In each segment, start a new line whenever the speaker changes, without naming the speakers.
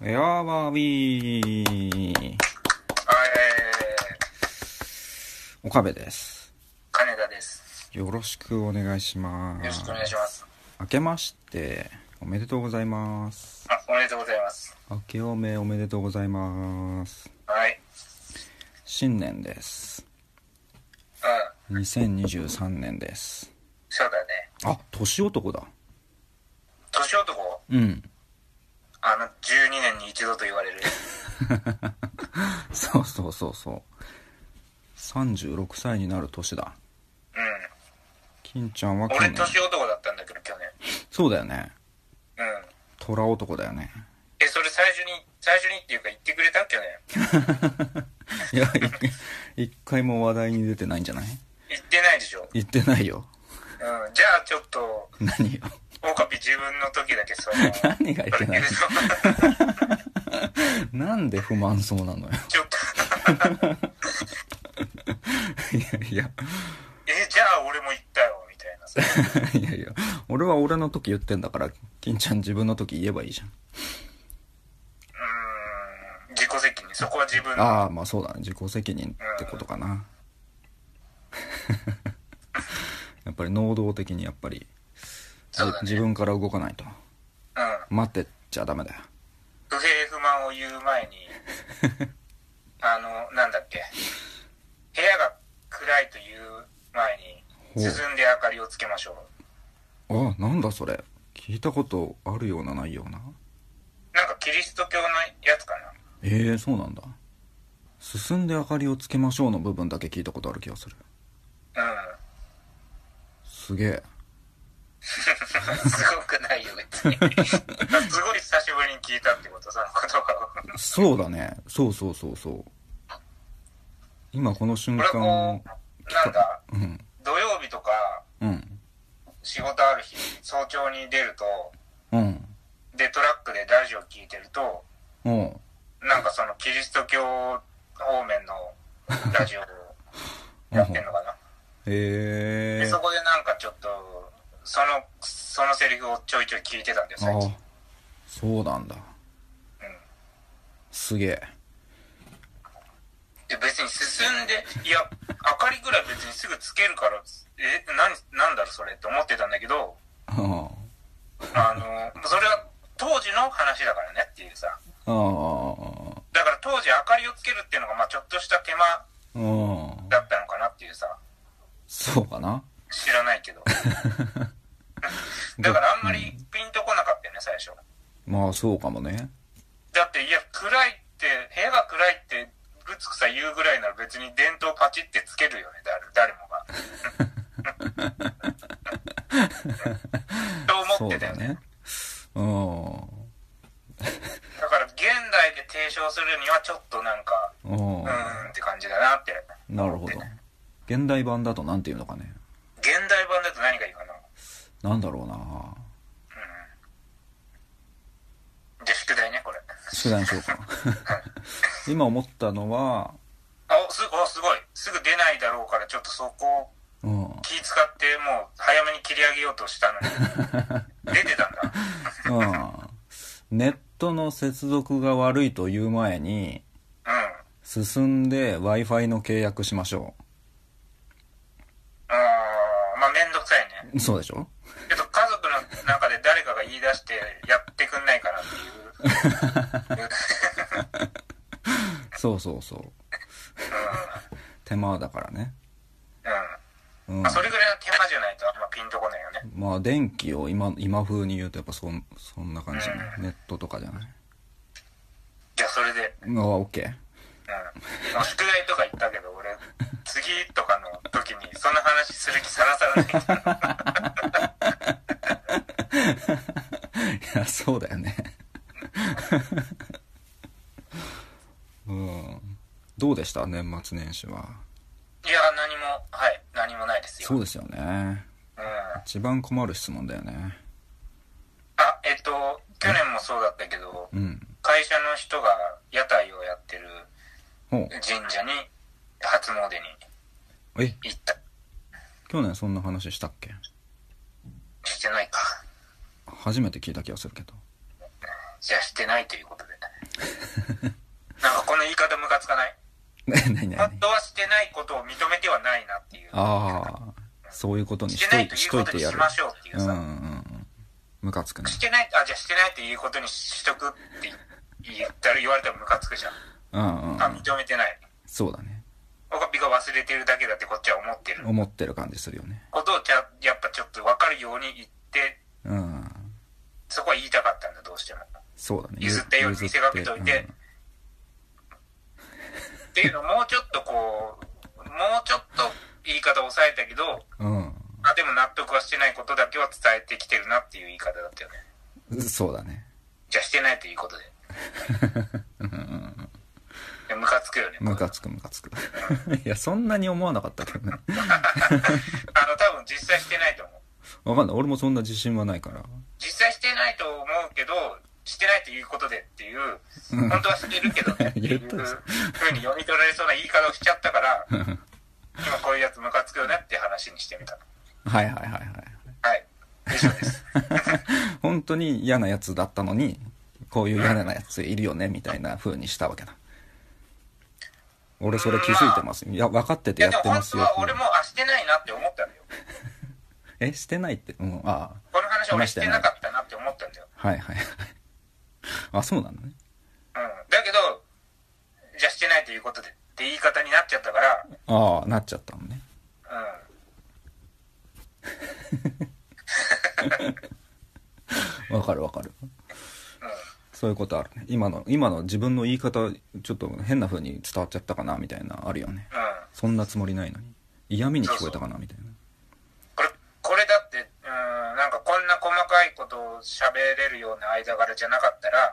ワワウィー
えー、
岡部です。
金田です。
よろしくお願いします。
よろしくお願いします。
明けまして、おめでとうございます。
あ、おめでとうございます。
明けおめおめでとうございます。
はい。
新年です。
うん、
2023年です。
そうだね。
あ、年男だ。
年男、
うん。
あの、12年に一度と言われる。
そうそうそうそう。36歳になる年だ。
う
金ちゃんは
ん。
去
俺、
年。
年男だったんだけど、去年。
そうだよね。
うん。
虎男だよね。
え、それ最初に、最初にっていうか言ってくれた去年。
いや、一回 一回も話題に出てないんじゃない
言ってないでしょ。うん。
言ってないよ。
じゃあ、ちょっと、
何よ。
オカピ自分の時だけその、
何がいけないの
それ
なんで不満そうなのよ。
ちょっと、
いや
え、じゃあ俺も言ったよ、みたいなさ。
いや、いやいや、俺は俺の時言ってんだから、金ちゃん自分の時言えばいいじゃん。
うん、自己責任。そこは自分の。
ああ、まあそうだね。自己責任ってことかな。 やっぱり能動的にやっぱり、
そうだね
自分から動かないと。
うん。
待ってちゃダメだよ。
不平不満を言う前 にあのなんだっけ部屋が暗いという前に
ほう
進んで明かりをつけましょう
ああ、なんだそれ。聞いたことあるようなないような。
なんかキリスト教のやつかな
ええそうなんだ。進んで明かりをつけましょうの部分だけ聞いたことある気がする。
う
すげえ。
ん すごくないよ別 にすごい久しぶりに聞いたってことその言葉を
そうだね。そうそうそうそう。今この瞬
俺は
間
こ、うなんだ
うん、
土曜日とか
うん、
仕事ある日早朝に出ると
うん、
でトラックでラジオ聞いてると
おう
なんかそのキリスト教方面のラジオをやってんのかな、
へ
で
え
そこでなんかちょっとそのそのセリフをちょいちょい聞いてたんだよ最
あ
近
あ、そうなんだ。すげえ。
で別に進んでいや明かりぐらい別にすぐつけるからえ何なんだろうそれって思ってたんだけど
あ
あのそれは当時の話だからねっていうさ
あ、ああ、
だから当時明かりをつけるっていうのがまあちょっとした手間
うん、
だったのかなっていうさ
そうかな。
知らな いけどだからあんまりピンとこなかったよね最初
まあそうかもね。
だっていや暗いって部屋が暗いってぶつくさ言うぐらいなら別に電灯パチってつけるよね誰誰も がと
そ
思っ
う
て
だ
たよね
ね。うん、
だから現代で提唱するにはちょっとなんか
うん
う、ーんって感じだなって
なるほど。現代版だとなんていうのかね。
現代版だと何がいいかな
なんだろうな。
じゃあ宿題ねこれ
宿題にしようかな。 今思ったのは、
あおすおすごいすぐ出ないだろうからちょっとそこを
うん。
気使ってもう早めに切り上げようとしたのに出てたんだ
うん、ネットの接続が悪いという前に
うん
進んで w i f i の契約しましょ
あーまあめんどくさいね
うそうでしょ
けど家族の中で誰かが言い出してやってくんないかなっていう
そうそうそう 手間だからね、うん
うん、それぐらいの手間じゃないとあんまピンとこないよね
まあ電気を今今風に言うとやっぱそんそんな感じ、ね、ネットとかじゃない
じゃあそれで、
あオッケー
うん、もう宿題とか言ったけど俺次とかの時にそんな話する気さらさらない
いやそうだよね うんどうでした年末年始はい
や何もはい何もないですよ
そうですよね
うん、
一番困る質問だよね
あえっと去年もそうだったけど
うん
会社の人が屋台をやってる
ほう
神社に初詣に
え
行った
去年そんな話したっけ
してないか
初めて聞いた気がするけど
じゃあしてないということで なんかこの言い方ムカつかない。
ななにな
本
に
当はしてないことを認めてはないなっていう。
ああそういうことに
して
しと
ない
い
とい
し
う
と
こ
い
と
て
に
や
し
る
ましょうっていう
うんうんう
さ。
んムカつくね
してない、あ、じゃあしてないということにしとくって言ったら言われたらムカつくじゃん。
うんうんうん
あ、認めてない。
そうだね
オカピが忘れてるだけだってこっちは思ってる。
思ってる感じするよね
ことをちゃ、やっぱちょっと分かるように言って、
うん
そこは言いたかったんだ、どうしても。
そうだね
譲ったように見せかけといてっていうのをもうちょっとこう、もうちょっと言い方を抑えたけど、
うん、
あ、でも納得はしてないことだけは伝えてきてるなっていう言い方だったよね。
うん、そうだね
じゃあしてないということで。いやムカつくよね。
ムカつくムカつく いやそんなに思わなかったけどね
あの、多分実際してないと思う。
わかんない俺もそんな自信はない から
実際してないと思うけど、してないということでっていう、
うん
本当はしてるけどねってい
言
う
っ
ふ
た
う
で
に
しょ
読み取られそうな言い方をしちゃったから、今こういうやつムカつくよねって話にしてみた。
はいはいはいはい
はい。以上です。
本当に嫌なやつだったのにこういう嫌なやついるよねみたいな風にしたわけだ俺それ気づいてますいや分かって
い
てや
や、
って
でも
ま
本
す
当
よ
は俺も、あ、してないなって思ったんだよ。
えしてないってうんあ
この話俺してなかったなって思ったんだよ。
あはい はいはいあそうなのね
うん。だけど、じゃあしてないということでって言い方になっちゃったから、
ああなっちゃったのね
う
わかるわかる
ん。うん。
そういうことあるね今の今の自分の言い方ちょっと変な風に伝わっちゃったかなみたいなあるよね
うん。
そんなつもりないのに嫌味に聞こえたかなみたいな
これ、これだって、うん、なんかこんな細かいことを喋れるような間柄じゃなかったら、
ああ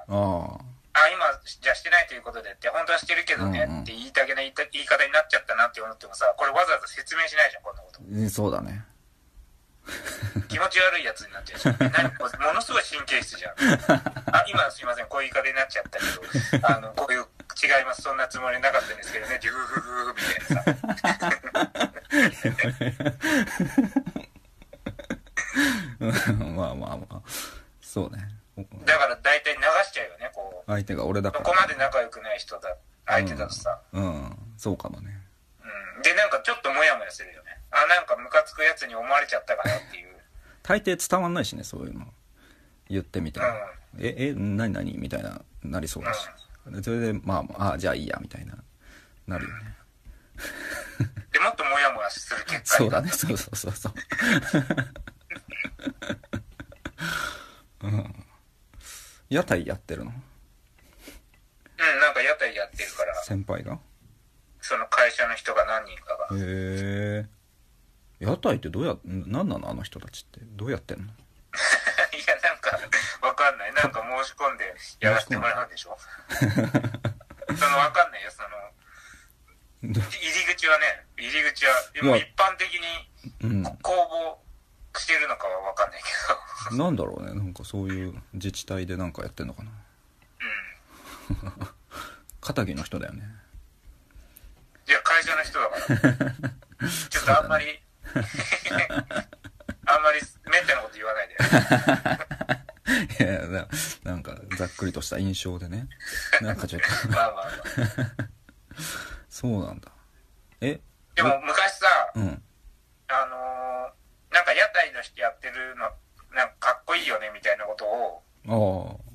あ、今、じゃあしてないということでって、本当はしてるけどね
うんうん
って言いたげな言いた言い方になっちゃったなって思ってもさ、これわざわざ説明しないじゃん、こんなこと。
えそうだね
気持ち悪いやつになっちゃうじゃん。何これものすごい神経質じゃん。あ、今すいません、こういう言い方になっちゃったけど、あの、こういう、違います、そんなつもりなかったんですけどね、ギュフフフフみたいなさ。
うんまあまあまあそうね
だから大体流しちゃうよね、こう。
相手が俺だ
そ
から
こまで仲良くない人だ、相手だとさ。
うんそうかもね
うんでなんかちょっとモヤモヤするよねあなんかムカつくやつに思われちゃったかなっていう
大抵伝わんないしねそういうの言ってみたら「ええ何何?」みたいななりそうだしそれでまあまああじゃあいいやみたいななるよね
でもっとモヤモヤする結果
そう
に
だねそうそうそうそううん屋台やってるの
うんなんか屋台やってるから
先輩が
その会社の人が何人かが
へえ屋台ってどうや何なのあの人たちってどうやってんの
いやなんかわかんないなんか申し込んでやらせてもらうんでしょそのわかんないよその
ど
入り口はね入り口はでも
いや
一般的に
うん
公募してるのかはわかんないけど
なんだろうねなんかそういう自治体でなんかやってんのかな
うん
肩着の人だよね
いや会社の人だからちょっとあんまり、あんまりめったなこと言わない
い
で
やななんかざっくりとした印象でねなんかちょっと
まあまあまあ。
そうなんだえ
でも昔さ、
うん
あのーなんか屋台の人やってるの、なんかかっこいいよねみたいなことを、
ああ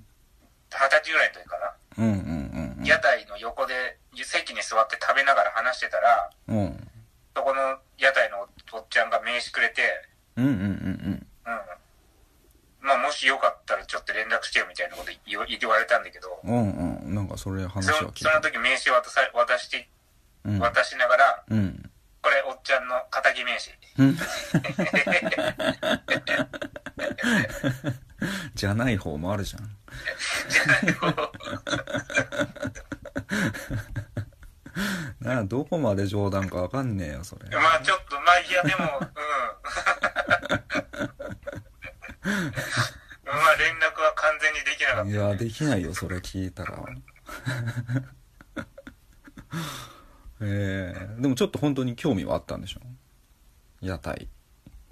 二十歳ぐらいの時かな。
うんうんうん
屋台の横で席に座って食べながら話してたら、
うんうん
そこの屋台のおっちゃんが名刺くれて、
うんうんうん
うん。まあもしよかったらちょっと連絡してよみたいなこと言わ言われたんだけど、
うんうんうんなんかそれ話
そ
は
の
聞い
その
た
時名刺渡さ渡して、
うん
渡しながら、
うん
これおっちゃんの仇名 刺。
うんじゃない方もあるじゃん
じゃない方
なあどこまで冗談かわかんねえよそれ
まあちょっと、まあいやでも、うん。 まあ連絡は完全にできなかった
いやできないよそれ聞いたらえー、でもちょっと本当に興味はあったんでしょ屋台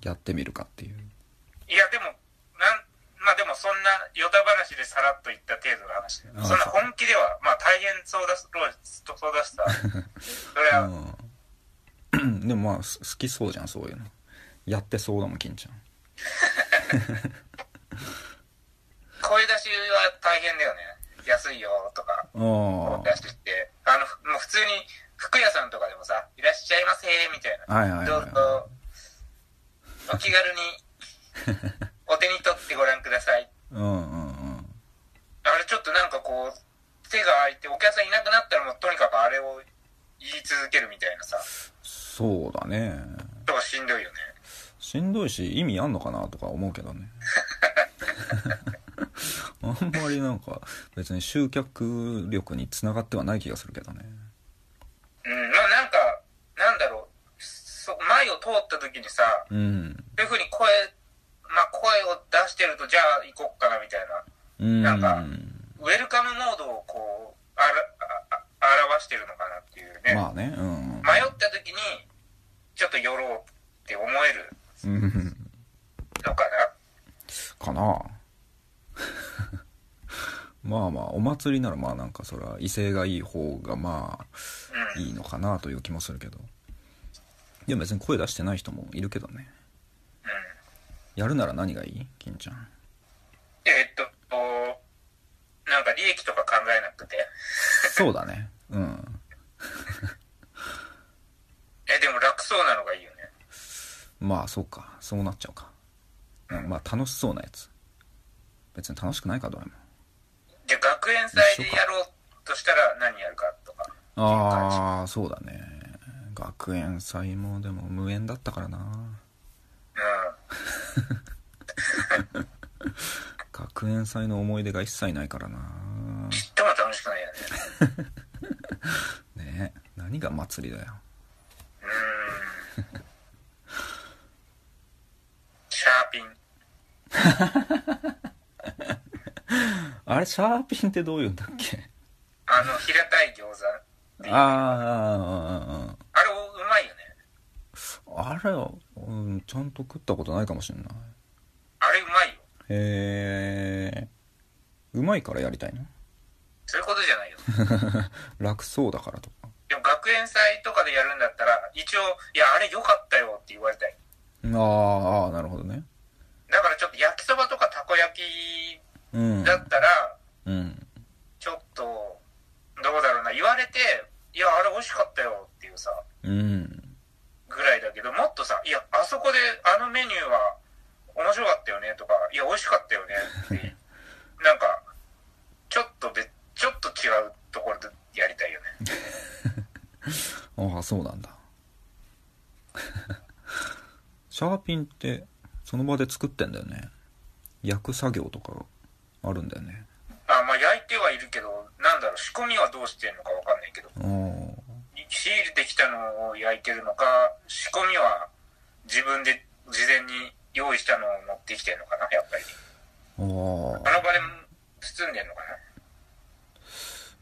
やってみるかっていう
いやでも、なん、まあでもそんなヨタ話でさらっと言った程度の話
あ
そんな本気ではまあ大変そうだそうそうだしさ それは
うんでもまあす好きそうじゃんそういうのやってそうだもん金ちゃん
声出しは大変だよね安いよとか
あ
声出しってあのふもう普通に服屋さんとかでもさ「いらっしゃいませ」みたいな
あはいはい
ど
は
う
い
ぞお気軽に お手に取ってご覧ください
うんうんうん
あれちょっとなんかこう手が空いてお客さんいなくなったらもうとにかくあれを言い続けるみたいなさ
そうだね
とかしんどいよね
しんどいし意味あんのかなとか思うけどねあんまりなんか別に集客力につながってはない気がするけどね
うんまあなんかなんだろうそ前を通った時にさ
うん
そういうふうに声まあ声を出してるとじゃあ行こっかなみたいな
うん
なんかウェルカムモードをこうあらああ表してるのかなっていうね、
まあねうん
迷った時にちょっと寄ろうって思える
うん
のかな
かなまあまあお祭りならまあなんかそれは威勢がいい方がまあ
うん
いいのかなという気もするけどいや別に声出してない人もいるけどねやるなら何がいい金ちゃん
えっとなんか利益とか考えなくて
そうだねうん
えでも楽そうなのがいいよね
まあそうかそうなっちゃうか、うん、まあ楽しそうなやつ別に楽しくないかどれも
じゃあ学園祭でやろうとしたら何やるかとか
ああそうだね学園祭もでも無縁だったからな
う
学園祭の思い出が一切ないからなん
ちっとも楽しくないよね
ねえ何が祭りだよ
うーんシャーピン
あれシャーピンってどういうんだっけ
あの平たい餃子っていうあ
あ
れおうまいよね
ああれは、うん、ちゃんと食ったことないかもしんない
あれうまいよ
へえうまいからやりたいの
そういうことじゃないよ
楽そうだからとか
でも学園祭とかでやるんだったら一応「いやあれ良かったよ」って言われたい
あーあーなるほどね
だからちょっと焼きそばとかたこ焼き
うん
だったら
うん
ちょっとどうだろうな言われて「いやあれ美味しかったよ」っていうさ
うん
ぐらいだけどもっとさ「いやあそこであのメニューは面白かったよね」とか「いや美味しかったよね」っていうなんかちょっと別ちょっと違うところでやりたいよね
ああそうなんだ シャーピンってその場で作ってんだよね焼く作業とかあるんだよね
あまあ焼いてはいるけどなんだろう仕込みはどうしてるのかわかんないけど
ああ
仕入れてきたのを焼いてるのか仕込みは自分で事前に用意したのを持ってきてるのかなやっぱり
ああ
あの場で包んでるのかな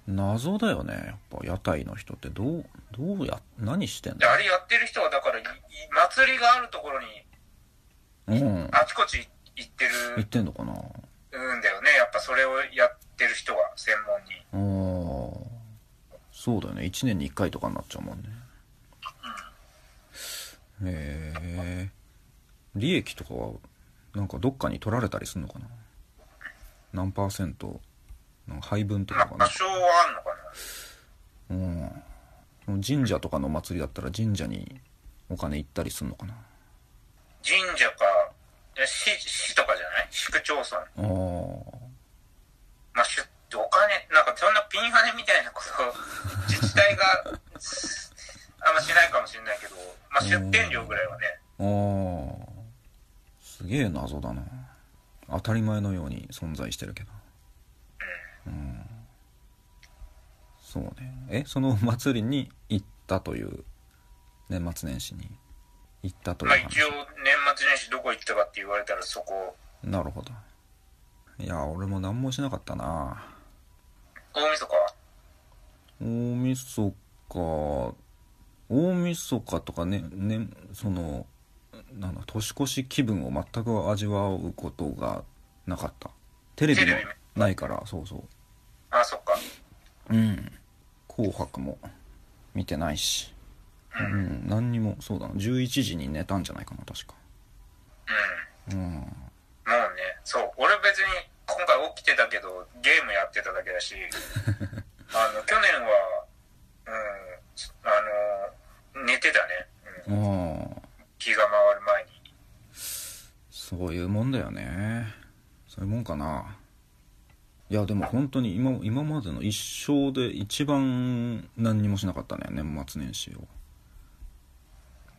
謎だよねやっぱ屋台の人ってどうどうや何してん
であれやってる人はだからいい祭りがあるところに
のうん
あちこち行って
言っ
る
てんのかなん
だよねやっぱそれをやってる人は専門に
あーそうだよね1年に1回とかになっちゃうもんねへえ利益とかはなんかどっかに取られたりするのかな何パーセントなんか配分と
ま
か
あ
かな
場所はあんのかな
うん神社とかの祭りだったら神社にお金行ったりするのかな
神社かえ市市とかじゃない市区町村
ああ
まあ、しゅお金なんかそんなピンハネみたい なことを自治体があんましないかもしれないけど、まあ、出店料ぐらいはね
あーすげえ謎だな当たり前のように存在してるけどうんそうねえその祭りに行ったという年末年始に行ったという
まあ一
話
応年末年始どこ行ったかって言われたらそこ
なるほどいや俺も何もしなかったな
大晦日は
大晦日大晦日とかねねそのなんだ年越し気分を全く味わうことがなかったテレビも
テレビね
ないからそうそ
あ、そっか。
ううん「紅白」も見てないし
う。
うん
うん。
ん何にもそうだな11時に寝たんじゃないかな確かうん
もうね、そう、俺別に今回起きてたけど、ゲームやってただ けだし、あの、去年は、うん、あの、寝てたね。うん、
ああ
気が回る前に。
そういうもんだよねそういうもんかないやでも本当に今今までの一生で一番何にもしなかったね年末年始を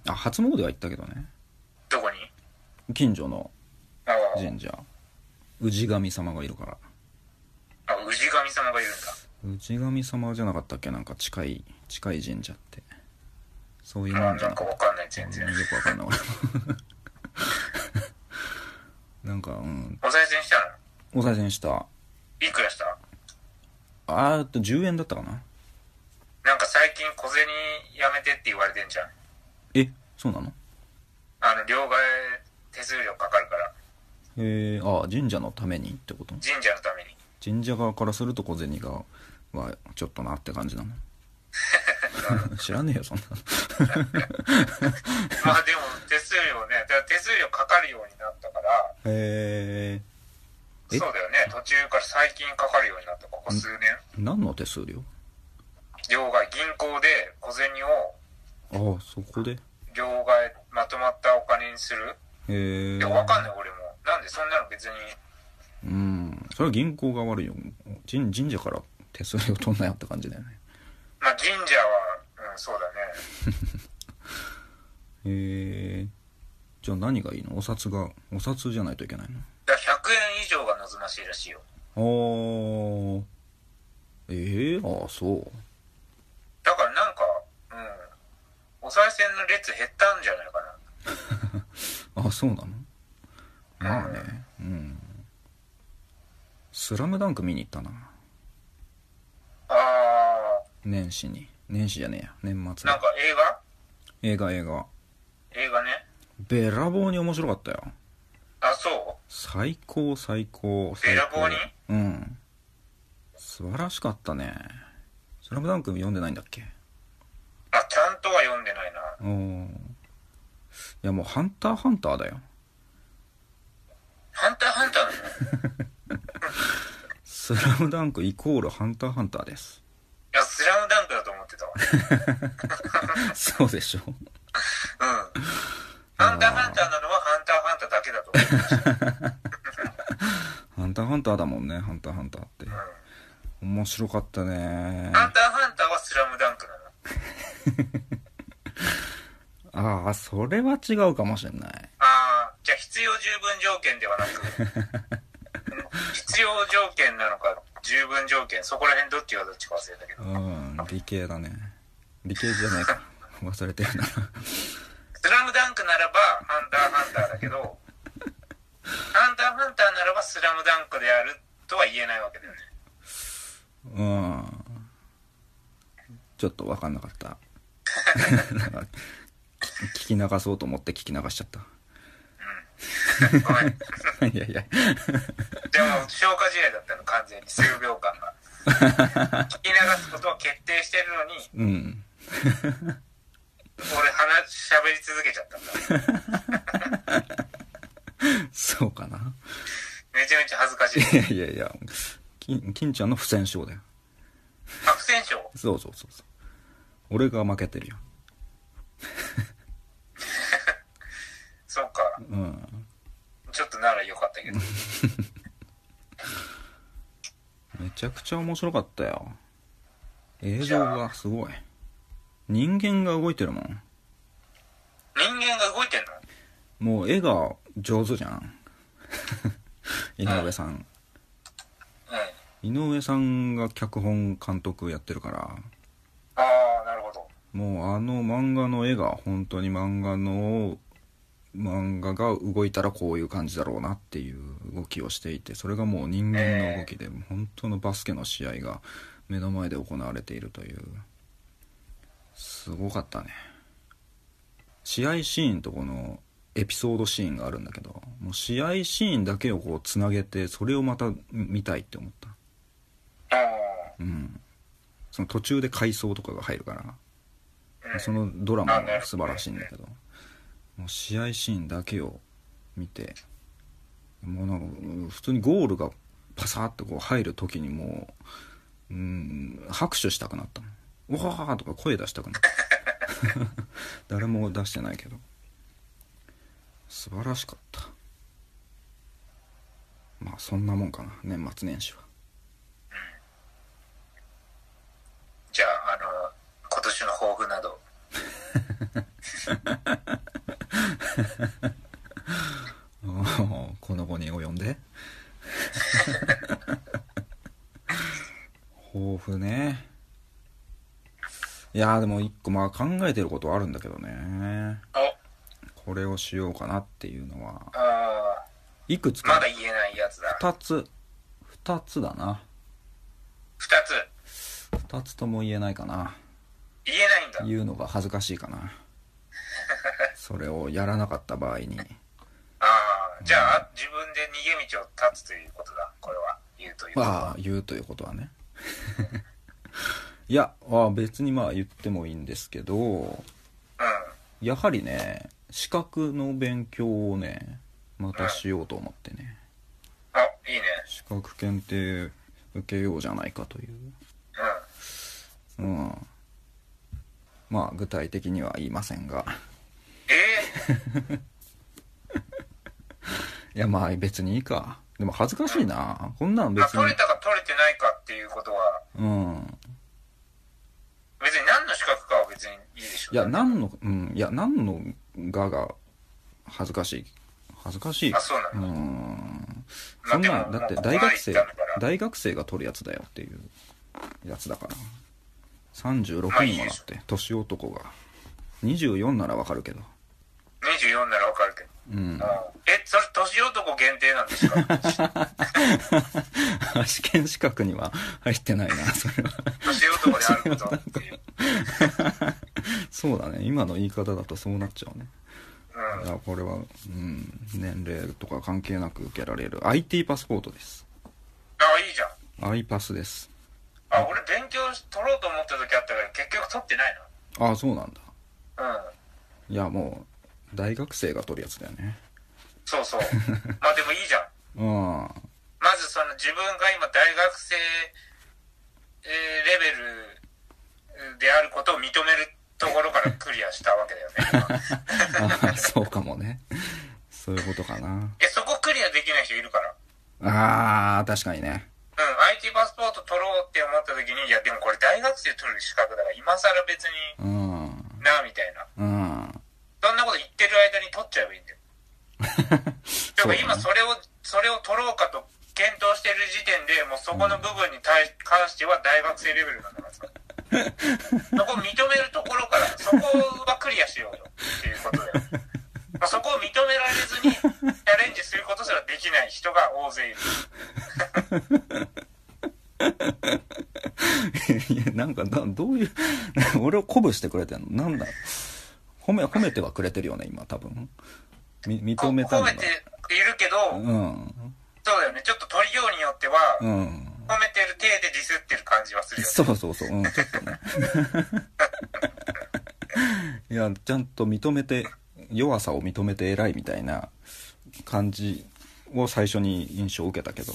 あ初詣は行ったけどね
どこに
近所の
あ
神社氏神様がいるから
あ、あ、氏神様がいるんだ。
氏神様じゃなかったっけなんか近い近い神社ってそういうも
あ
んじゃ
なん
なか
か
っ
わかんない、全
た
然
よ。くわかんない俺も なんかうん
お賽銭したの
お賽銭した
いくらした
あーっと10円だったかな
なんか最近小銭やめてって言われてんじゃん。
えそうなの
あの、両替手数料かかるから、
えー、あー神社のためにってこと
神社のため に。
神社側からすると小銭がはちょっとなって感じなの知らねえよそんなの
まあでも手数料ね、だから手数料かかるようになったから、
へええ
そうだよね、途中から最近かかるようになった、ここ数年。
何の手数料
両替、銀行で小銭を
ああそこでへ
両替、まとまったお金にする。
え
いや、わかんない、俺も。なんでそんなの別に、
うんそれは銀行が悪いよ神神社から手数料取んなよって感じだよね
まあ神社は、うん、そうだね。
へえじゃあ何がいいのお札がお札じゃないといけないの
だから100円以上が望ましいらしいよ。
ああええああそう
だからなんか、うん、お賽銭の列減ったんじゃないかな。
あそうなのまあねうん「スラムダンク見に行ったな
あ
年始に年始じゃねえや年
ー、
末
なんか映画
映画映画
映画ね。
べらぼうに面白かったよ
あ、そう
最高最高最高
べらぼうに
うん素晴らしかったね「スラムダンク読んでないんだっけ
あ、ちゃんとは読んでないな。
おーいやもう「ハンターハンター」だよ
ハンターハンターなの
「スラムダンクイコール「ハンターハンター」です
いや、スラムダンクだと思ってたわ。う
そうでしょ
ん。ハンターハンターなのはハンターハンターだけだと思ってた。
ハンターハンターだもんね、ハンターハンターって。面白かったね。
ハンターハンターはスラムダンクなの。
ああ、それは違うかもしれない。
あー、じゃあ必要十分条件ではなく、必要条件なのか、十分条件、そこら辺どっちがどっちか忘れたけど
う。ん、理系だね。理系じゃないか。 忘れてるな。
スラムダンクならば、ハンターハンターだけど、ハンターハンターならば、スラムダンクであるとは言えないわけだよね。
うん。ちょっとわかんなかった。 なんか聞聞き流そうと思って聞き流しちゃった。
ごめ ん。
いやいや。
でも、消化試合だったの、完全に、数秒間が。聞き流すことは決定してるのに、
うん。
俺、話、喋り続けちゃったんだ。
そうかな。
めちゃめちゃ恥ずかしい。
いやいやいや。金、金ちゃんの不戦勝だよ。
白戦勝
そうそうそうそう。俺が負けてるよ。
そうか。
うん。
ちょっとなら良かったけど。
めちゃくちゃ面白かったよ映像がすごい人間が動いてるもん
人間が動いてんの
もう絵が上手じゃん井上さん
うん。
井上さんが脚本監督やってるから
ああ、なるほど。
もうあの漫画の絵が本当に漫画の漫画が動いたらこういう感じだろうなっていう動きをしていてそれがもう人間の動きで本当のバスケの試合が目の前で行われているというすごかったね試合シーンとこのエピソードシーンがあるんだけどもう試合シーンだけをこうつなげてそれをまた見たいって思った
あ
うんその途中で回想とかが入るから
ーうん
そのドラマも素晴らしいんだけど、もう試合シーンだけを見て、もうなんか、うん普通にゴールがパサーってこう入るときにもう、うん、拍手したくなったの。うわーとか声出したくな った。誰も出してないけど。素晴らしかった。まあそんなもんかな、年末年始は。
じゃあ、あの、今年の抱負など。
おー この子に及んで抱負ねいやーでも一個まあ考えてることはあるんだけどね
お、
これをしようかなっていうのは
あ
いくつ
ーま
か
だ言えないやつだ。
2つ2つだな
二つ。
2つとも言えないかな
言えないんだ。
言うのが恥ずかしいかなそれをやらなかった場合に
ああ、じゃあ、自分で逃げ道を断つということだ。これは。言うということ
まあ言うということはね いやあ別にまあ言ってもいいんですけど
う
やはりね資格の勉強をねまたしようと思ってね
ん。あ、いいね。
資格検定受けようじゃないかという
うん。
うんまあ具体的には言いませんが
え
いやまあ別にいいかでも恥ずかしいなこんなん
えまあ、
別
取
に
れたか取れてないかっていうことは、
うん
別に何の資格かは別にいいでしょう。
いや何のうんいや何のがが恥ずかしい恥ずかしい
あ、そうな
うー
の。
ん
ま
そ
あ
ん
でも
なんだって
まあ
大学生
ここまで行ったんだから
大学生が取るやつだよっていうやつだから36
まあい
に
い
も
で
な
しょ
って年男が24ならわかるけど
24ならわかるけど。
うん
うんえ、それ、年男限定なんですか
試験資格には入ってないな それは
年男であることっていう。
そうだね今の言い方だとそうなっちゃうね
うん。
いやこれは、うん、年齢とか関係なく受けられる IT パスポートです
あ、いいじゃん。
i パスです
あ、俺勉強し取ろうと思った時あったけど、結局取ってない
ああそうなんだ
の。うん。
いやもう大学生が取るやつだよね
そ うそう。まあでもいいじゃん。
うん
まずその自分が今大学生えーレベルであることを認めるところからクリアしたわけだよね。
ああそうかもねそういうことかな
え、そこクリアできない人いるから。
あー確かにね
うん、IT パスポート取ろうって思った時に、いやでもこれ大学生取る資格だから今更別に
うん
な、みたいな。
うん
そんなこと言ってる間に取っちゃえばいいんだよ。だから今
そう
それを、それを取ろうかと検討してる時点で、もうそこの部分に対し関しては大学生レベルなんだからさ。 そこを認めるところから、そこはクリアしようよっていうことだよ。まあそこを認められずにチャレンジすることすらできない人が大勢いる。
いやなんかなどういう 俺を鼓舞してくれてんのなんだ褒め褒めてはくれてるよね今多分み認めたん
褒
だ
めているけど、
うん
そうだよね。ちょっと取りようによっては、
うん
褒めてる体でディスってる感じはするよ ね。
そうそうそううんちょっとね いやちゃんと認めて弱さを認めて偉いみたいな感じを最初に印象を受けた けど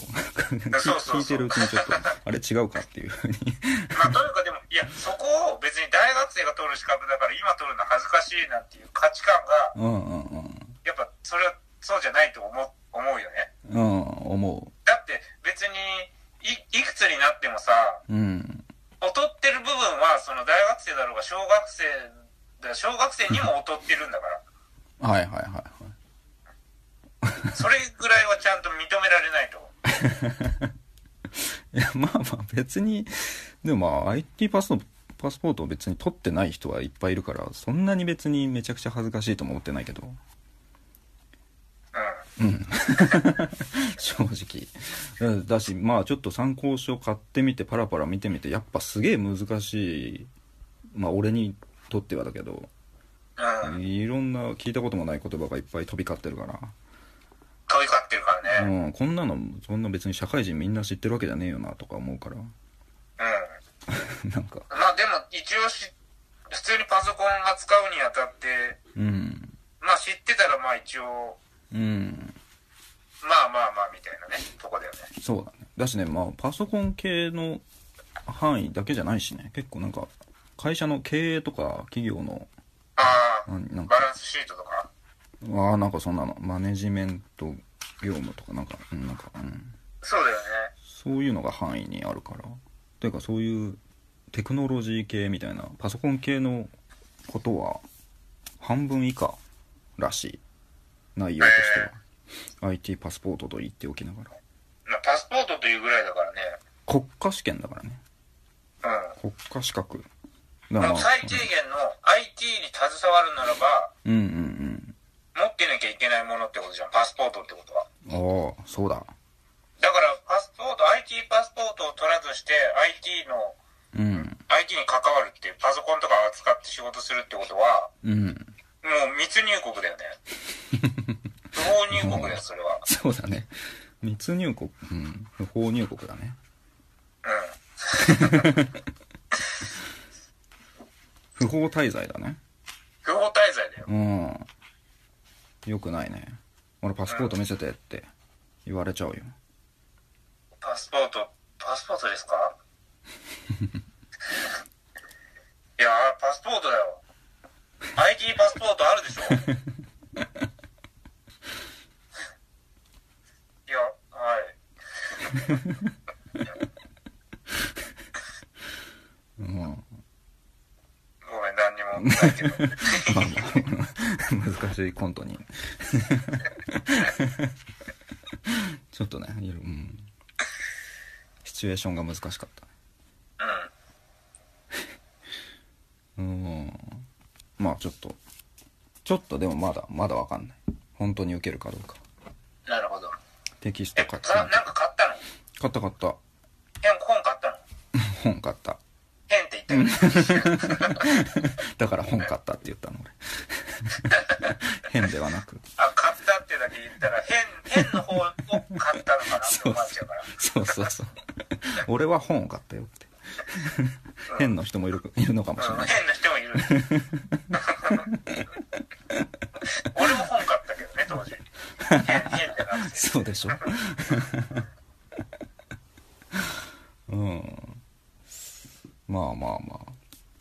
そうそう
聞いてるうちにちょっとあれ違うかっていうふうに
まあ、というかでも、いや、そこを別に大学生が取る資格だから今取るの恥ずかしいなんていう価値観が、
うんうんうん
やっぱそれはそうじゃないと思う思うよね。
うん思
だって別にい、いくつになってもさ、
ううん
劣ってる部分はその大学生だろうが小学生だ、小学生にも劣ってるん だから、
はいはいはいはい
それぐらいはちゃんと認められないと。
いやまあまあ別にでもまあ IT パスのパスポートを別に取ってない人はいっぱいいるからそんなに別にめちゃくちゃ恥ずかしいとも思ってないけど
うん。
正直うんだしまあちょっと参考書買ってみてパラパラ見てみてやっぱすげえ難しいまあ俺にとってはだけど
うん。
いろんな聞いたこともない言葉がいっぱい飛び交ってるから
飛び交ってるからね。
うん、こんなのそんな別に社会人みんな知ってるわけじゃねえよなとか思うから
うん。
なんか
まあでも一応し普通にパソコン扱うにあたって
うん
まあ知ってたらまあ一応
うん
まあまあまあみたいなねとこだよね
そうだねだしねまあパソコン系の範囲だけじゃないしね結構なんか会社の経営とか企業の
ああ
あなん
バ
か
ランスシートとか
ああなんかそんなのマネジメント業務とかなんかうんなんかうん
そうだよね
そういうのが範囲にあるからというかそういうテクノロジー系みたいなパソコン系のことは半分以下らしい内容としては、IT パスポートと言っておきながら
まあパスポートというぐらいだからね
国家試験だからね
うん
国家資格だ
ま
から
あ
まあ
最低限の IT に携わるならば
うんうん
持ってなきゃいけないものってことじゃんパスポートってことは
うんああそうだ
だからパスポート IT パスポートを取らずして IT の
うん
IT に関わるってパソコンとか扱って仕事するってことは
うん
もう密入国 だよね。不法入国だよ、それは。
そうだね密入国うん不法入国だね
う
不法滞在だね
ん。不法滞在だよ。
うん。よくないね。俺パスポート見せてって言われちゃうよ。
パスポート、パスポートですか いやー、パスポートだよ。IT パスポートあるでしょ いや、はい。
うん。
ごめん、何にもない けど。
難しいコントに。 ちょっとね、いろうん。シチュエーションが難しかった。
う
う
ん。
ん。まあちょっと。ちょっとでもまだ、まだわかんない。本当に受けるかどうか。
なるほど。
テキス
え、
ト買っ
か
た。買
なんか買ったの
った買った。
変、本買ったの
本買った。
変って言ったよ ね。
だから本買ったって言ったの俺。変ではなく。
あ、買ったってだけ言ったら、変、変の方を買ったのかなって思われちゃうから。
そうそうそう。俺は本を買ったよって。変な人もいるいるのかもしれ
うん
ない。
変な人 もいる。俺も本買ったけどね、 当時。変、変じゃなくて。
そうでしょうん。まあまあまあ。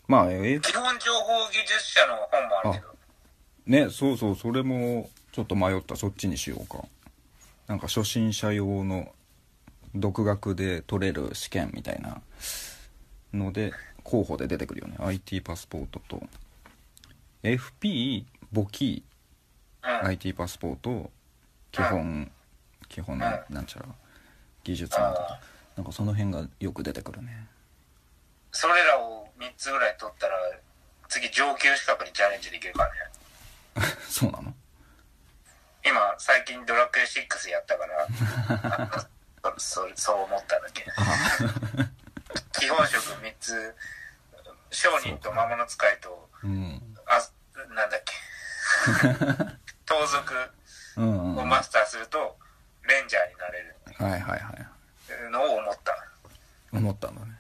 まあ、え
基本情報技術者の本もあるけど。
ね、そうそう、それもちょっと迷った。そっちにしようか。なんか初心者用の独学で取れる試験みたいなので、候補で出てくるよね。IT パスポートと、FP、簿記、
うん。
IT パスポート基本基本なんなんちゃら技術なんかとなんかその辺がよく出てくるね
それらを3つぐらい取ったら、次上級資格にチャレンジできるからね。
そうなの
今、最近ドラクエ6やったから、 あのそそそう思っただけ。基本色3つ、商人と魔物使いと、
うん、
あなんだっけ 盗賊
うんうん
を
はい
マスターするとレンジャーになれる
はいはい
のを思った
思ったんだね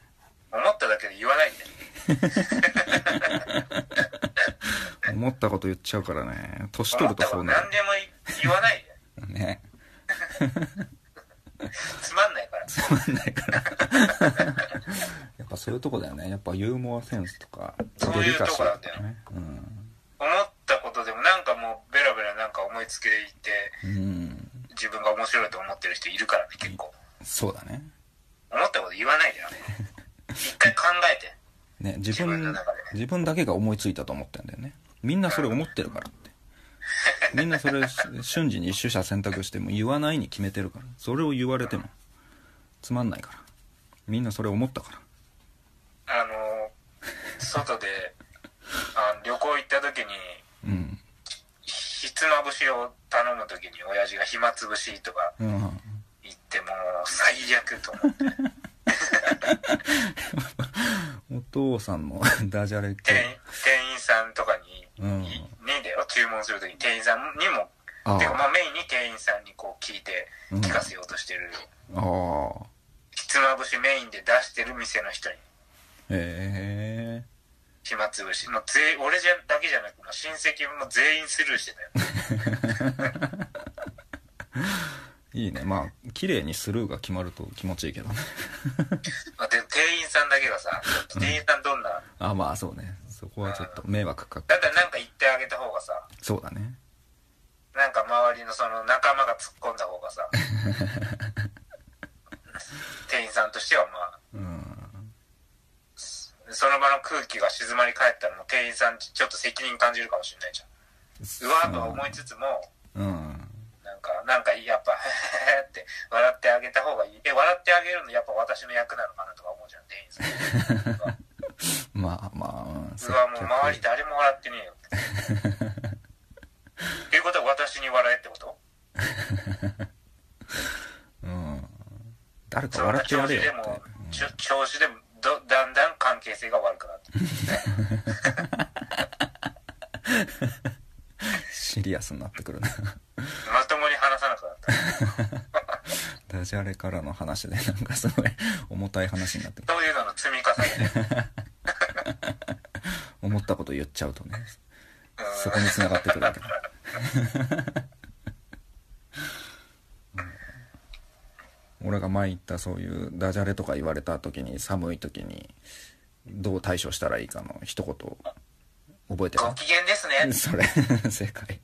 思っただけで言わないんだよ
思ったこと言っちゃうからね年取
思
る
っ
とそ
たこと
うな
何
る
でも言わないで
ね
つまんないから
つまんないから やっぱそういうとこだよねやっぱユーモアセンスとか
そういうとこなんだよ
ねうん
思ったことでもなんかもうベラベラなんか思いつきで言って
うん
自分が面白いと思ってる人いるからね結構
そうだね
思ったこと言わないでよね一回考えて
ね自
自分の
分
中で
自分だけが思いついたと思ってんだよねみんなそれ思ってるからってみんなそれし瞬時に一取捨選択しても言わないに決めてるからそれを言われてもつまんないからみんなそれ思ったから
あの外であの旅行行った時に
うん
ひつまぶしを頼むときに親父が暇つぶしとか
うん
言ってもう最悪と思って
お父さんの ダジャレって
店店員さんとかに
うん
にだよ、注文するときに店員さんにも、
あ
てか
あ
まあメインに店員さんにこう聞いて、
うん
聞かせようとしてる、
ああ
ひつまぶしメインで出してる店の人に、
へえ
暇つぶし、もう全員俺じゃだけじゃなく、もう親戚も全員スルーしてたよ。
いいねまあ綺麗にスルーが決まると気持ちいいけどね
まあ、で店員さんだけがさ、店員さんどんな、
あまあそうねそこはちょっと迷惑か
だったらなんか言ってあげた方がさ、
そうだね
なんか周りのその仲間が突っ込んだ方 がさ、店員さんとしてはま
う
あ、
ん
その場の空気が静まり返ったらもう店員さんちょっと責任感じるかもしれないじゃん。うわーとは思いつつも、
うん
なんか、なんかやっぱ、へへへって笑ってあげた方がいい。え、笑ってあげるのやっぱ私の役なのかなとか思うじゃん、店員さん。
まあまあ
うわ、もう周り誰も笑ってねえよって。っていうことは私に笑えってこと
うん誰
そ
か
ん
笑
な
ってや
調子
れよ
で
っ
も
て、
ちょ調子でもど、だんだん関係性が悪くなって。
シリアスになってくるな
まともに話さなくなった。
ダジャレからの話でなんかすごい重たい話になってくる
そういうのの積み重ねで。
思ったこと言っちゃうとね
うん
そこに繋がってくるわけだうん俺が前言ったそういうダジャレとか言われた時に寒い時にどう対処したらいいかの一言覚えて
ご
る
機嫌です ね。
それ正解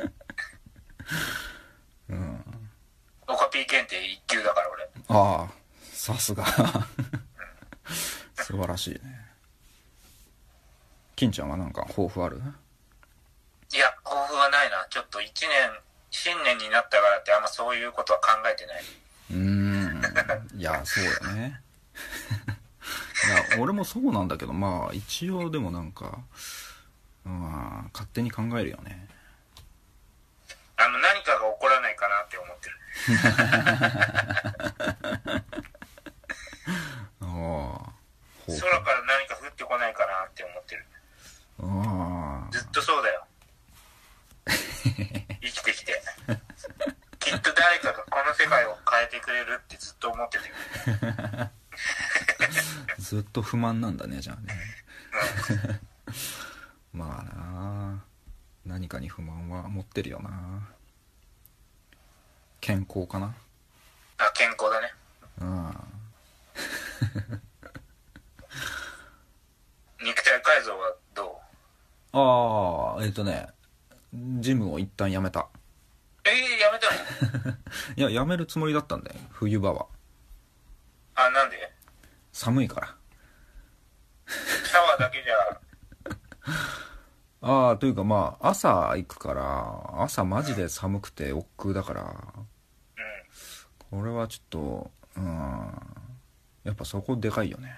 うん
おコピー検定1級だから俺。
ああさすが素晴らしいね金ちゃんはなんか抱負ある
いや、抱負はないな。ちょっと1年、新年になったからってあんまそういうことは考えてない。
うーんいやそうだねいや俺もそうなんだけどまあ一応でもなんかまあ勝手に考えるよね
あの、何かが起こらないかなって思ってる。
ああ抱負
空から何か降ってこないかなって思ってる。
あ
ずっとそうだよ。生きてきて。きっと誰かがこの世界を変えてくれるってずっと思ってて。
あずっと不満なんだねじゃあね まあな何かに不満は持ってるよな健康かな
あ、健康だね。
うん
肉体改造はどう
ああえっ、とねジムを一旦やめた
えー、やめたの
いややめるつもりだったんだよ冬場は
あ、なんで
寒いから
シャワーだけじゃ、
ああというかまあ朝行くから朝マジで寒くて億劫だから
うん。
これはちょっとうんやっぱそこでかいよね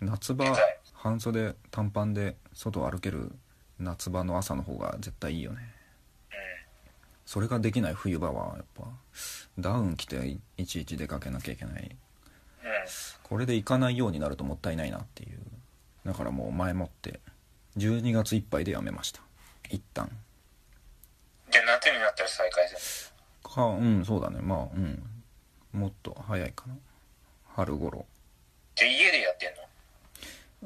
夏場
でかい
半袖短パンで外を歩ける夏場の朝の方が絶対いいよねそれができない冬場はやっぱダウン着ていいちいち出かけなきゃいけない
うん。うん。
これで行かないようになるともったいないなっていうだからもう前もって12月いっぱいでやめました一旦
じゃあ夏になったら再開す
かうんそうだねまあうんもっと早いかな春頃
る。じゃあ家でやって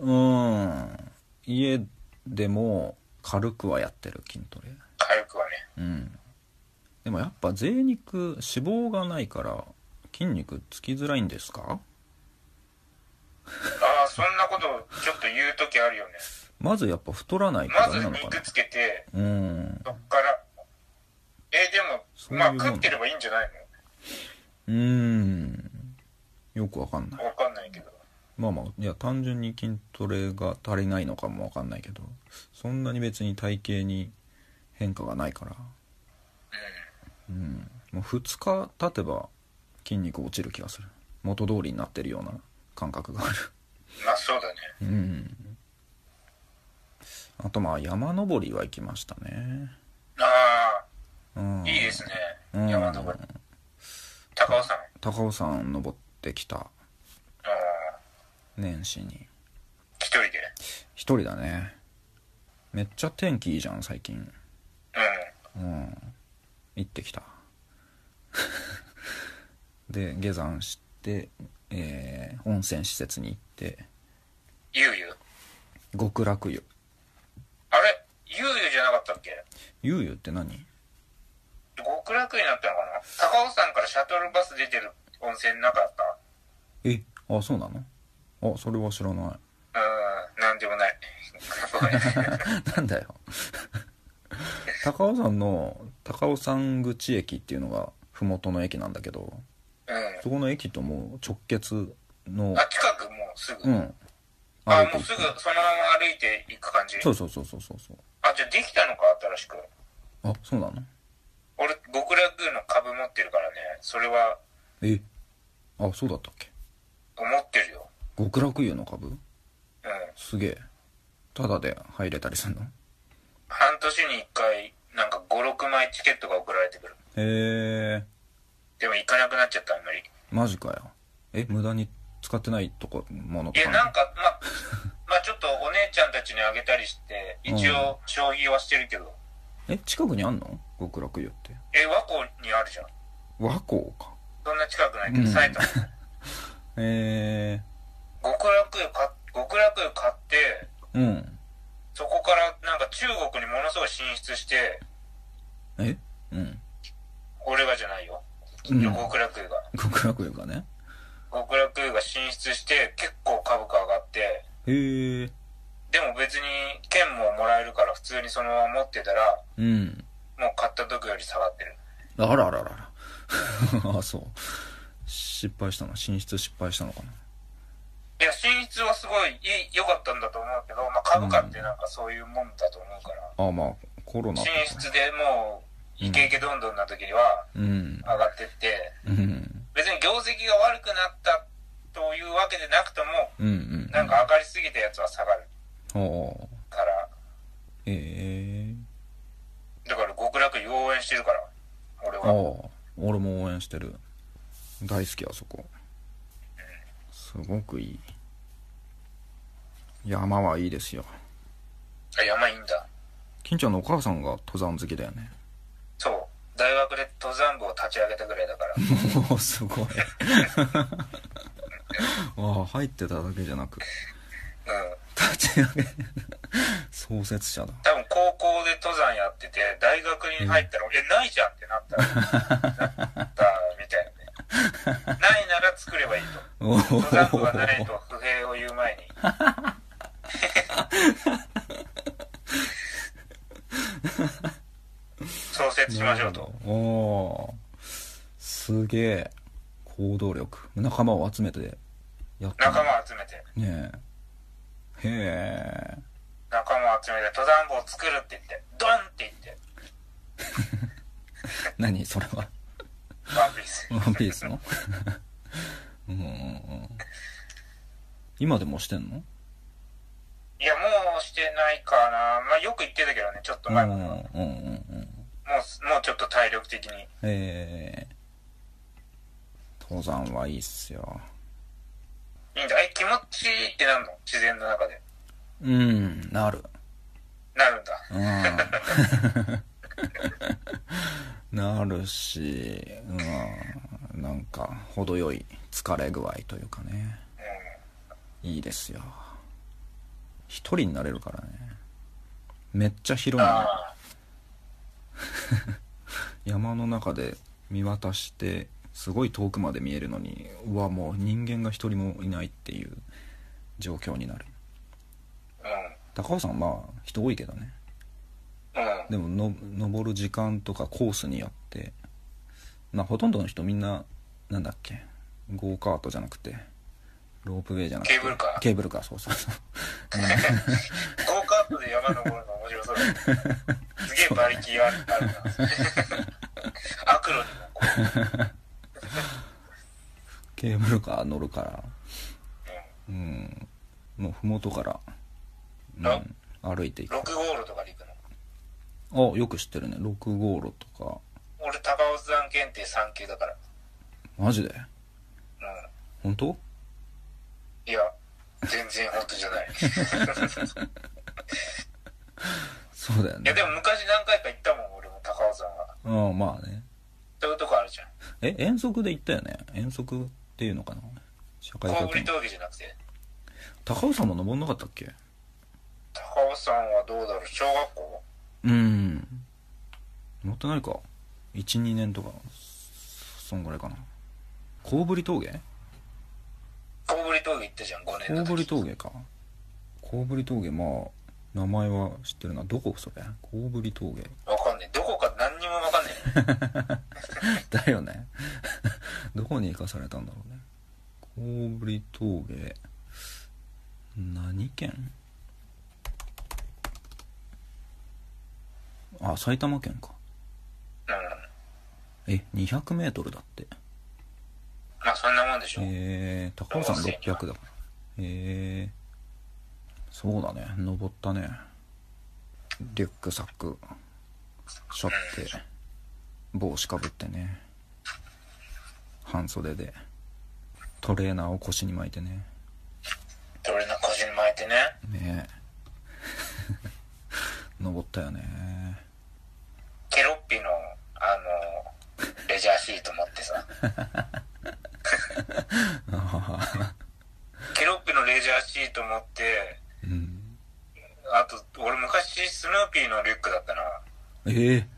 んの
うーん家でも軽くはやってる筋トレ
軽くはね。
うんでもやっぱ贅肉脂肪がないから筋肉つきづらいんですか
ああ、そんなことちょっと言うときあるよね。
まずやっぱ太らないと
ま
ダ
ず
メなのかな
肉つけて、
うん
そっから。えーでも、
そういう
ま
も
あ
ん
食ってればいいんじゃないう
ーんよくわかんない
のわかんないけど。
まあまあいや単純に筋トレが足りないのかもわかんないけどそんなに別に体型に変化がないからうんもう2日経てば筋肉落ちる気がする元通りになってるような感覚があ
うん。まあそうだね。
るうんあとまあ山登りは行きましたね
あ
うん
あ、いいですね。
うん
山登り。高尾山。
高尾山登ってきた
ああ、
年始に
一人で。
一人だねめっちゃ天気いいじゃん最近
う
うん行ってきた で下山してえー温泉施設に行って
ん。ゆうゆう。
極楽湯
あれゆうゆうじゃなかったっけ
湯湯って何
極楽になったのかな高尾山からシャトルバス出てる温泉なかった
えあそうなのあそれは知らないう
ーん、なんで もない。ごめん
なんだよ高尾山の高尾山口駅っていうのが麓の駅なんだけど
うん。
そこの駅ともう直結の
あ、近くもうすぐ。
うん
あ、
歩い
も
て
う
い
す
く
ぐそのまま歩いていく感じ
そうそうそうそうそうそう
あ、じゃあできたのか、新しく。
あそうなの
俺、極楽の株持ってるからね、それは
えあそうだったっけ
思ってるよ。
極楽湯の株
うん。
すげえタダで入れたりすんのへ
半年に1回、なんか5、6枚チケットが送られてくる。
え
でも行かなくなっちゃった、あんまり。
マジかよえ無駄に使ってないとこもの
い
と
や、
か
なんか、まあ、 まあちょっとお姉ちゃんたちにあげたりして、一応、消費はしてるけど。
え近くにあんの極楽湯って
え、和光にあるじゃん。
和光か
そんな近くないけど、
うん
埼玉。
へえ
極楽湯か極楽湯買って
うん
そこからなんか中国にものすごい進出して
えうん
俺がじゃないよ
うん
極楽湯が
極楽湯がね
極楽湯が進出して結構株価上がって
へえ
でも別に券ももらえるから普通にそのまま持ってたら
うん
もう買った時より下がってる
あらあらあらあら あそう失敗したの進出失敗したのかない
や進出はすごいいい良かったんだと思うけど、まあ、株価ってなんかそういうもんだと思うから
あまあコロナと
進
か
出でもうイケイケどんどんな時には
うん
上がってって
うん
別に業績が悪くなったというわけでなくとも
うんうん
なんか上がりすぎたやつは下がる
はあ
から
ええ
だから極楽湯応援してるから俺
あ
は
あ俺も応援してる大好きあそこすごくいい山はいいですよ
あ山いいんだ
金ちゃんのお母さんが登山好きだよね
そう大学で登山部を立ち上げたぐらいだから
おおすごいああ入ってただけじゃなく
うん
立ち上げ創設者だ
多分高校で登山やってて大学に入ったら「えないじゃん」ってなったなったみたいなねないなら作ればいいと
おお
登山部がないと不平を言う前に創設しましょうと
おおすげえ行動力仲間を集めてやった
仲
ね
間を集めて
ねえへえ
仲間を集めて登山部を作るって言ってドンって言って
何それは
ワンピース
ワンピースの うんうんうん今でもしてんの
いやもうしてないかなまあよく言ってたけどねちょっと
う
前
ん
も
うん
もう
うんうん
もうちょっと体力的に
えー、登山はいいっすよ
いいんだえ気持ちいいってなるの自然の中で
うんなる
なるんだ
うん なるしうんなんか程よい疲れ具合というかね
う
いいですよ一人になれるからねめっちゃ
ん
広いの
ああ
山の中で見渡してすごい遠くまで見えるのにうわもう人間が一人もいないっていう状況になる
う
高尾山はまあ人多いけどね
んうん
でもの登る時間とかコースによってまあほとんどの人みんななんだっけゴーカートじゃなくてロープウェイじゃなくて
ケーブルカー
ケーブルカーそうそうそう
ゴーカートで山登るの面白そう だね。すげえ馬力があるな。 アクロにもこう、
ケーブルカー乗るから
う
うんもう麓から、
あ
うん、歩いていく
ん、6号路とかで行くの。
あよく知ってるね6号路とか
俺、高尾山検定3級だから。
マジで
うん。
本当
いや、全然本当じゃない。
そうだよ
いや
ね
でも昔何回か行ったもん俺も高尾山は
うんまあね
そういうとこあるじゃん
え遠足で行ったよね遠足っていうのかな社会
小
科
ぶり
見
峠じゃなくて
高尾山も登んなかったっけ
高尾山はどうだろう小学校
うん乗ってないか12年とかそそんぐらいかな小ぶり峠
小ぶり峠行ったじゃん5年
小
の
ぶり
時
峠か小ぶり峠まあ名前は知ってるなどこそれ小ぶり峠
わかんねえどこか何にもわかんね え
だよね どこに行かされたんだろうね小ぶり峠何県あ埼玉県か
うん
え2 0 0メートルだって
まあそんなもんでしょ、
えー、高尾山600だからえー、そうだね登ったねリュックサック背負って帽子かぶってね半袖でトレーナーを腰に巻いてね
どれの腰に巻いてね
ねえ 登ったよね
ケロッピのあのレジャーシート持ってさ
あ
ケロッピのレジャーシート持って
ーうん
あと俺昔スヌーピーのリュックだったな
ええー、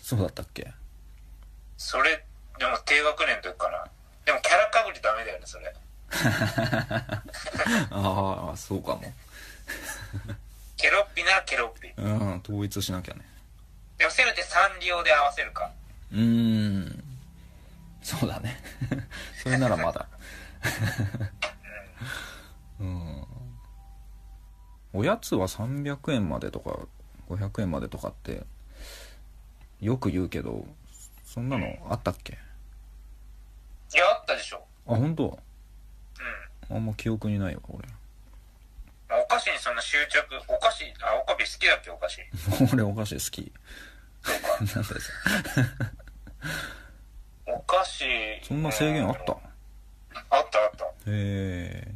そうだったっけ
それでも低学年の時かなでもキャラかぶりダメだよねそれ
ああそうかも
ケロッピなケロッピ
うん統一しなきゃね
でもせめてサンリオで合わせるか
うーんそうだね それならまだ うんおやつは300円までとか500円までとかってよく言うけどそんなのあったっけ
いやあったでしょ
あ本当
うん
あんま記憶にないわ俺
まあお菓子にそんな執着お菓子あおかび好きだっけお菓子
俺お菓子好き
そうか
なんだよそれ
お菓子
そんな制限あった
う
へ
んあったあった
え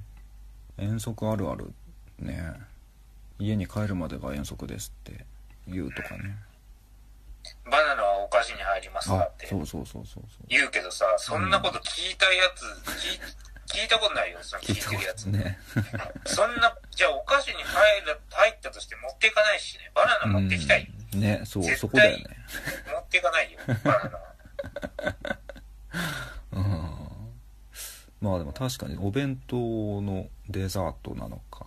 遠足あるあるね家に帰るまでが遠足ですって言うとかね
バナナはお菓子に入りますか
あ
って
そうそうそうそうそう
言うけどさそんなこと聞いたやつ、聞い聞いたことないよその聞いてるやつ
ね
そんなじゃあお菓子に入る入ったとして持っていかないしねバナナ持ってきたい、
うんねそう
絶対
そこだよね
持っていかないよバナナは
うんまあでも確かにお弁当のデザートなのか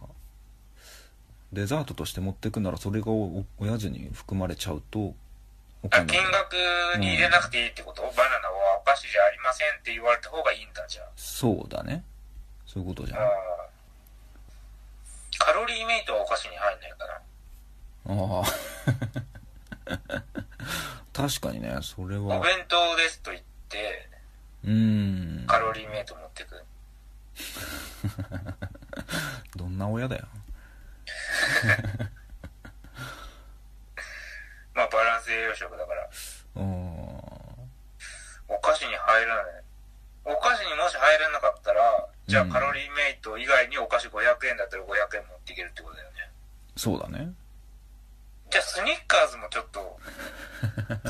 デザートとして持ってくならそれがお親父に含まれちゃうとお
あ
金
金額に入れなくていいってこと、バナナはお菓子じゃありませんって言われた方がいいんだじゃ
そうだねそういうことじゃ
あ
ん
あーカロリーメイトはお菓子に入んないかな
ああ 確かにねそれ
お
は
弁当ですと言って
うん
カロリーメイト持ってく
どんな親だよ
まあバランス栄養食だから
うん
お菓子に入らないお菓子にもし入らなかったらじゃあカロリーメイト以外にお菓子500円だったら500円持っていけるってことだよね
そうだね
じゃあスニッカーズもちょっ と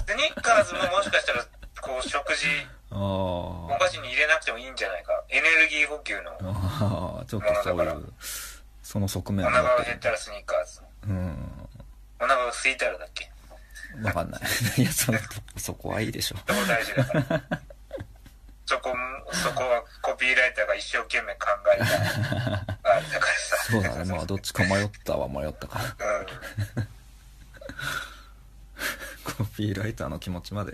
スニッカーズももしかしたらこう食事
あ
お
あ
菓子に入れなくてもいいんじゃないかエネルギー補給の
ああちょっとそういうその側面
お
が
腹
あ
が
っ
減ってたらスニッカーズ
うん
お腹が空いたらだっけ
わかんない いやそそこはいいでしょ
そこ大事だから そこもそこはコピーライターが一生懸命考えた あれだからさ
そうだねまあどっちか迷ったは迷ったか
うん
コピーライターの気持ちまで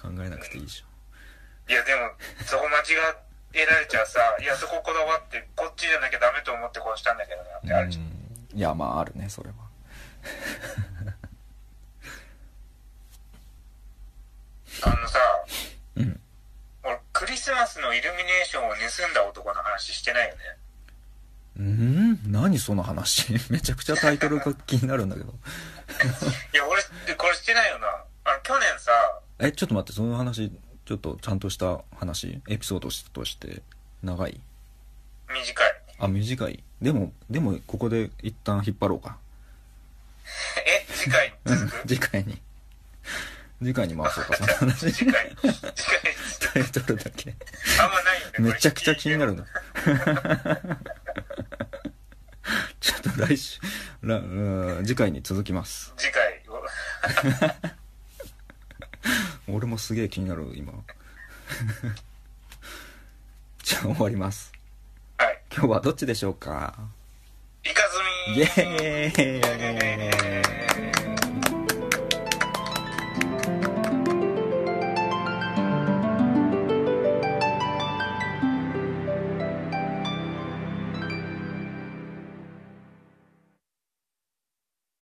考えなくていいでしょ
いやでもそこ間違えられちゃうさいやそここだわってこっちじゃなきゃダメと思ってこうしたんだけどなってあるじゃん
うんいやまああるねそれは
あのさ
うん
俺クリスマスのイルミネーションを盗んだ男の話してないよね
うん何その話 めちゃくちゃタイトルが気になるんだけど
いや俺これしてないよなあの去年さ
えちょっと待ってその話ちょっとちゃんとした話エピソードとして長い
短い
あ短いでもでもここで一旦引っ張ろうか
え、次回に続く
次回に次回に回そうかその話
次回、次回に続く
タイトルだけ
あん まないよね。これ
めちゃくちゃ気になるな。 ちょっと来週らうん次回に続きます
次回を、
俺もすげえ気になる今 じゃあ終わります
はい。
今日はどっちでしょうか
イカズ
イ
ミ
エーイ